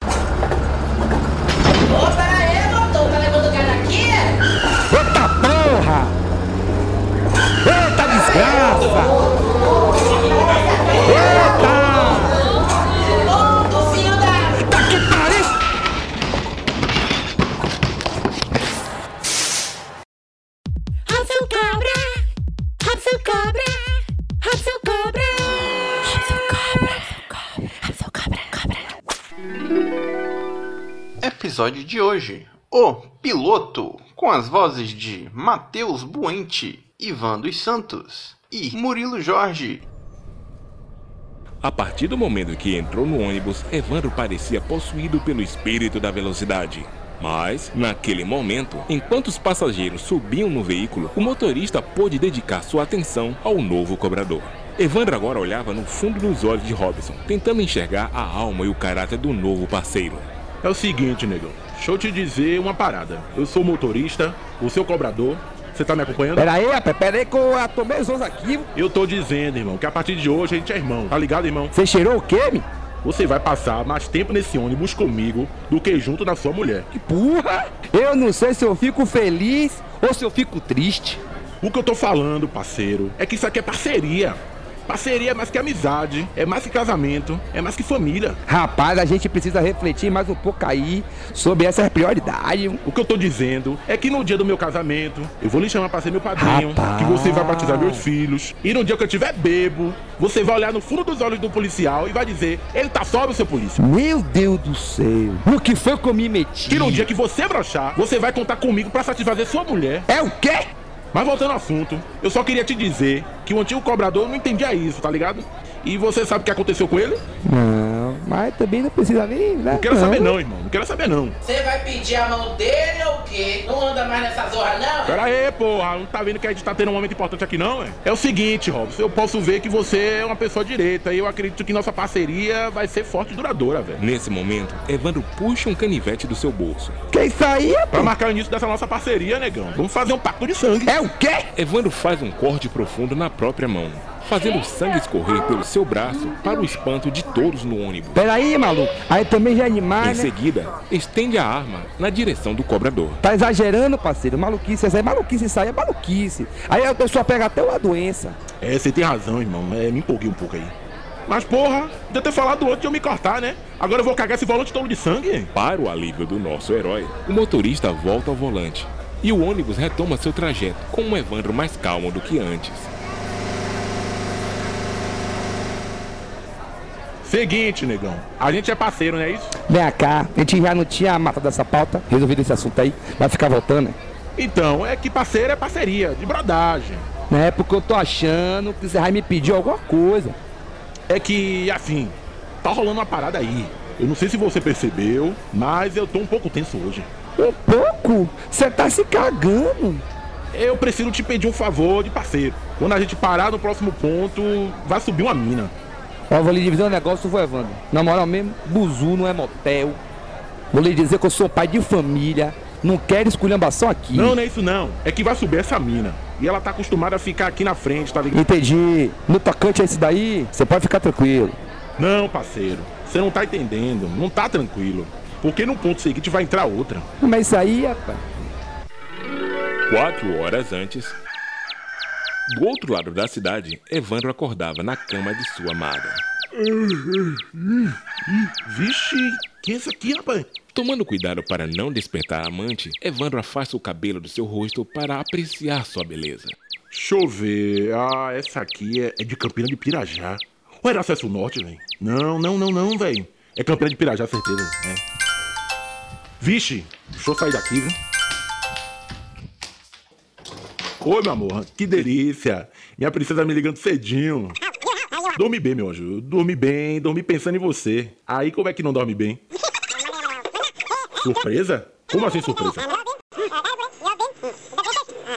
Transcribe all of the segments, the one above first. é? episódio de hoje, o piloto, com as vozes de Matheus Buente, Ivan dos Santos e Murilo Jorge. A partir do momento que entrou no ônibus, Evandro parecia possuído pelo espírito da velocidade. Mas, naquele momento, enquanto os passageiros subiam no veículo, o motorista pôde dedicar sua atenção ao novo cobrador. Evandro agora olhava no fundo dos olhos de Robson, tentando enxergar a alma e o caráter do novo parceiro. É o seguinte, negão. Deixa eu te dizer uma parada. Eu sou motorista, o seu cobrador. Você tá me acompanhando? Pera aí, rapaz, pera aí que eu ah, tomei os ondas aqui. Eu tô dizendo, irmão, que a partir de hoje a gente é irmão. Tá ligado, irmão? Você cheirou o quê, mi? Você vai passar mais tempo nesse ônibus comigo do que junto da sua mulher. Que Porra! Eu não sei se eu fico feliz ou se eu fico triste. O que eu tô falando, parceiro, é que isso aqui é parceria. Parceria é mais que amizade, é mais que casamento, é mais que família. Rapaz, a gente precisa refletir mais um pouco aí sobre essas prioridades. O que eu tô dizendo é que no dia do meu casamento, eu vou lhe chamar pra ser meu padrinho, Rapaz. que você vai batizar meus filhos. E no dia que eu tiver bebo, você vai olhar no fundo dos olhos do policial e vai dizer: ele tá sóbrio, seu polícia. Meu Deus do céu. O que foi que eu me meti? Que no um dia que você brochar, você vai contar comigo pra satisfazer sua mulher. É o quê? Mas voltando ao assunto, eu só queria te dizer que o antigo cobrador não entendia isso, tá ligado? E você sabe o que aconteceu com ele? Não, mas também não precisa nem... né? Não quero saber não, irmão. Não quero saber não. Você vai pedir a mão dele ou o quê? Não anda mais nessa zorra, não? Pera aí, porra, não tá vendo que a gente tá tendo um momento importante aqui, não, é? É o seguinte, Robson, eu posso ver que você é uma pessoa direita e eu acredito que nossa parceria vai ser forte e duradoura, velho. Nesse momento, Evandro puxa um canivete do seu bolso. Que isso aí, Pra rapaz? marcar o início dessa nossa parceria, negão, vamos fazer um pacto de sangue. É o quê? Evandro faz um corte profundo na própria mão, fazendo o sangue escorrer pelo seu braço para o espanto de todos no ônibus. Pera aí, maluco. Aí também já é Em demais, né? seguida, estende a arma na direção do cobrador. Tá exagerando, parceiro. Maluquice, essa é maluquice, isso aí é maluquice. Aí a pessoa pega até uma doença. É, você tem razão, irmão, é, me empolguei um pouco aí. Mas, porra, devia ter falado antes de eu me cortar, né? Agora eu vou cagar esse volante todo de sangue, hein? Para o alívio do nosso herói, o motorista volta ao volante e o ônibus retoma seu trajeto com um Evandro mais calmo do que antes. Seguinte, negão, a gente é parceiro, não é isso? Vem cá, a gente já não tinha matado essa pauta, resolvido esse assunto aí, vai ficar voltando, né? Então, é que parceiro é parceria, de brodagem. Né? Porque eu tô achando que você vai me pedir alguma coisa. É que, assim, tá rolando uma parada aí. Eu não sei se você percebeu, mas eu tô um pouco tenso hoje. Um pouco? Você tá se cagando. Eu preciso te pedir um favor de parceiro. Quando a gente parar no próximo ponto, vai subir uma mina. Ó, eu vou lhe dizer um negócio, vou Evandro. Na moral mesmo, buzu não é motel. Vou lhe dizer que eu sou pai de família. Não quero esculhambação aqui. Não, não é isso não. É que vai subir essa mina. E ela tá acostumada a ficar aqui na frente, tá ligado? Entendi. No tocante a isso daí, você pode ficar tranquilo. Não, parceiro. Você não tá entendendo. Não tá tranquilo. Porque no ponto seguinte vai entrar outra. Mas isso aí, rapaz. Quatro horas antes, do outro lado da cidade, Evandro acordava na cama de sua amada. Vixe, que é isso aqui, rapaz? Tomando cuidado para não despertar a amante, Evandro afasta o cabelo do seu rosto para apreciar sua beleza. Deixa eu ver. Ah, essa aqui é, é de Campina de Pirajá. Ou era acesso norte, velho? Não, não, não, não, velho. É Campina de Pirajá, certeza. É. Vixe, deixa eu sair daqui, viu? Oi, meu amor. Que delícia. Minha princesa me ligando cedinho. Dorme bem, meu anjo. Dorme bem, dormi pensando em você. Aí como é que não dorme bem? Surpresa? Como assim surpresa?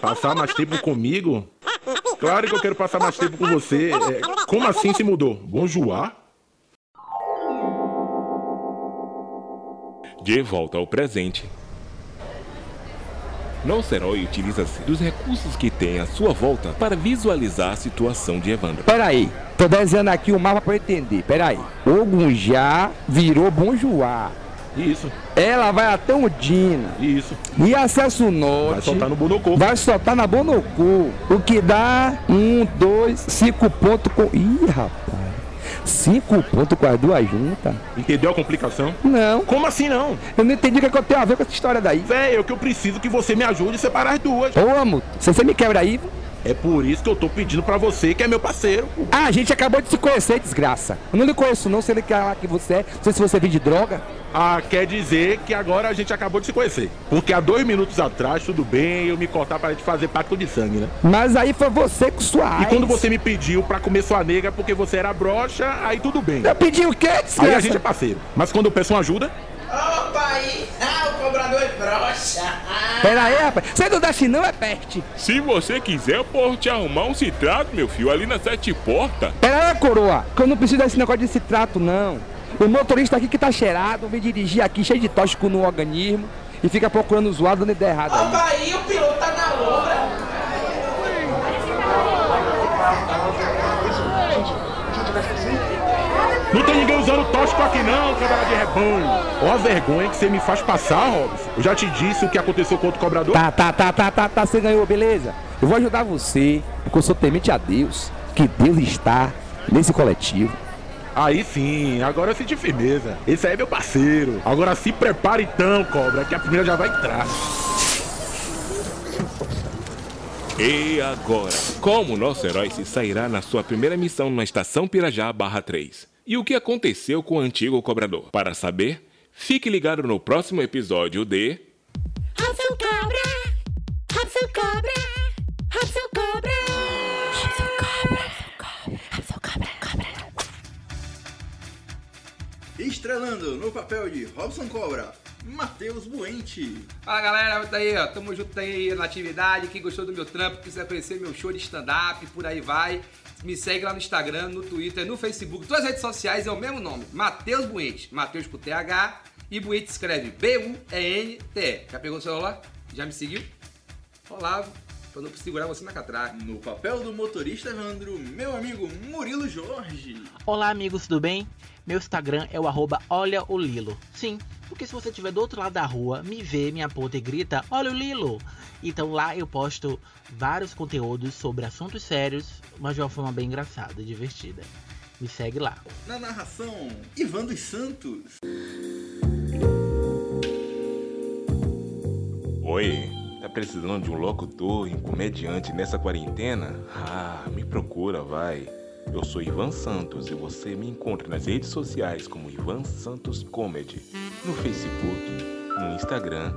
Passar mais tempo comigo? Claro que eu quero passar mais tempo com você. É, como assim se mudou? Bonjour? De volta ao presente. Nosso herói utiliza-se dos recursos que tem à sua volta para visualizar a situação de Evandro. Peraí, tô desenhando aqui o mapa pra eu entender. Peraí. Ogunjá virou Bonjoá. Isso, Ela vai até Udina. isso. E acesso norte. Vai soltar no Bonocô. Vai soltar na Bonocu. O que dá um, dois, cinco pontos com. Ih, rapaz. Cinco pontos com as duas juntas? Entendeu a complicação? Não. Como assim não? Eu não entendi o que, é que eu tenho a ver com essa história daí. Véi, é o que eu preciso que você me ajude a separar as duas. Ô, amor, se você me quebra aí, É por isso que eu tô pedindo pra você, que é meu parceiro, pô. Ah, a gente acabou de se conhecer, desgraça. Eu não lhe conheço, não. Sei lá que você é. Não sei se você vende droga. Ah, quer dizer que agora a gente acabou de se conhecer. Porque há dois minutos atrás, tudo bem, eu me cortar pra gente fazer pacto de sangue, né? Mas aí foi você com sua E AIDS. quando você me pediu pra comer sua nega porque você era broxa, aí tudo bem. Eu pedi o quê, desgraça? Aí a gente é parceiro. Mas quando eu peço uma ajuda, Opa aí! Ah, o cobrador é broxa! Ah, Pera aí, rapaz. Você não dá não, é peste. Se você quiser, eu posso te arrumar um citrato, meu filho, ali na sete porta. Pera aí, coroa. Que eu não preciso desse negócio desse trato, não. O motorista aqui que tá cheirado vem dirigir aqui cheio de tóxico no organismo e fica procurando zoado dando ideia errada. aí. Opa aí, o piloto tá na lombra! não tem ninguém usando tóxico aqui não, cabra de rebanho. Ó a vergonha que você me faz passar, Robson. Eu já te disse o que aconteceu com outro cobrador. Tá, tá, tá, tá, tá, tá, você ganhou, beleza? Eu vou ajudar você, porque eu sou temente a Deus, que Deus está nesse coletivo. Aí sim, agora eu senti firmeza. Esse aí é meu parceiro. Agora se prepare então, cobra, que a primeira já vai entrar. E agora? Como nosso herói se sairá na sua primeira missão na Estação Pirajá barra 3? E o que aconteceu com o antigo cobrador? Para saber, fique ligado no próximo episódio de... Robson Cobra! Robson Cobra! Robson Cobra! Robson Cobra! Robson Cobra! Cobra! Estrelando no papel de Robson Cobra, Matheus Buente. Fala galera, daí, ó, tamo junto aí na atividade. Quem gostou do meu trampo, quiser conhecer meu show de stand-up, por aí vai. Me segue lá no Instagram, no Twitter, no Facebook, todas as redes sociais é o mesmo nome, Matheus Buente. Matheus com TH e Buente escreve B-U-E-N-T-E. Já pegou o celular? Já me seguiu? Olá, pra não segurar você na catraca. No papel do motorista Evandro, meu amigo Murilo Jorge. Olá, amigos, tudo bem? Meu Instagram é o arroba Olha o Lilo. Sim, porque se você estiver do outro lado da rua, me vê, me aponta e grita Olha o Lilo! Então lá eu posto vários conteúdos sobre assuntos sérios, mas de uma forma bem engraçada e divertida. Me segue lá. Na narração, Ivan dos Santos. Oi, tá precisando de um locutor e um comediante nessa quarentena? Ah, me procura, vai. Eu sou Ivan Santos e você me encontra nas redes sociais como Ivan Santos Comedy, no Facebook, no Instagram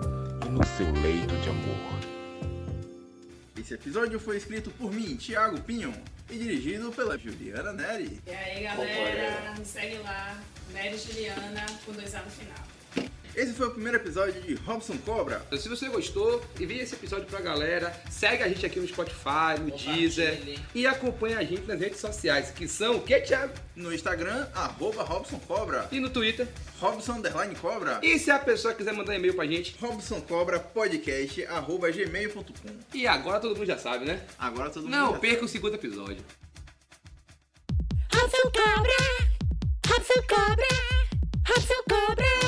e no seu leito de amor. Esse episódio foi escrito por mim, Thiago Pinho, e dirigido pela Juliana Neri. E aí, galera, me segue lá, Nery Juliana, com dois A no final. Esse foi o primeiro episódio de Robson Cobra. Se você gostou, envia esse episódio pra galera, segue a gente aqui no Spotify, no Deezer e acompanha a gente nas redes sociais, que são o que, Thiago? No Instagram, arroba Robson Cobra, E no Twitter, Robson Underline Cobra, E se a pessoa quiser mandar e-mail pra gente? Robson Cobra Podcast, arroba gmail.com. E agora todo mundo já sabe, né? Agora todo mundo Não já perca o segundo episódio. Robson Cobra! Robson Cobra! Robson Cobra!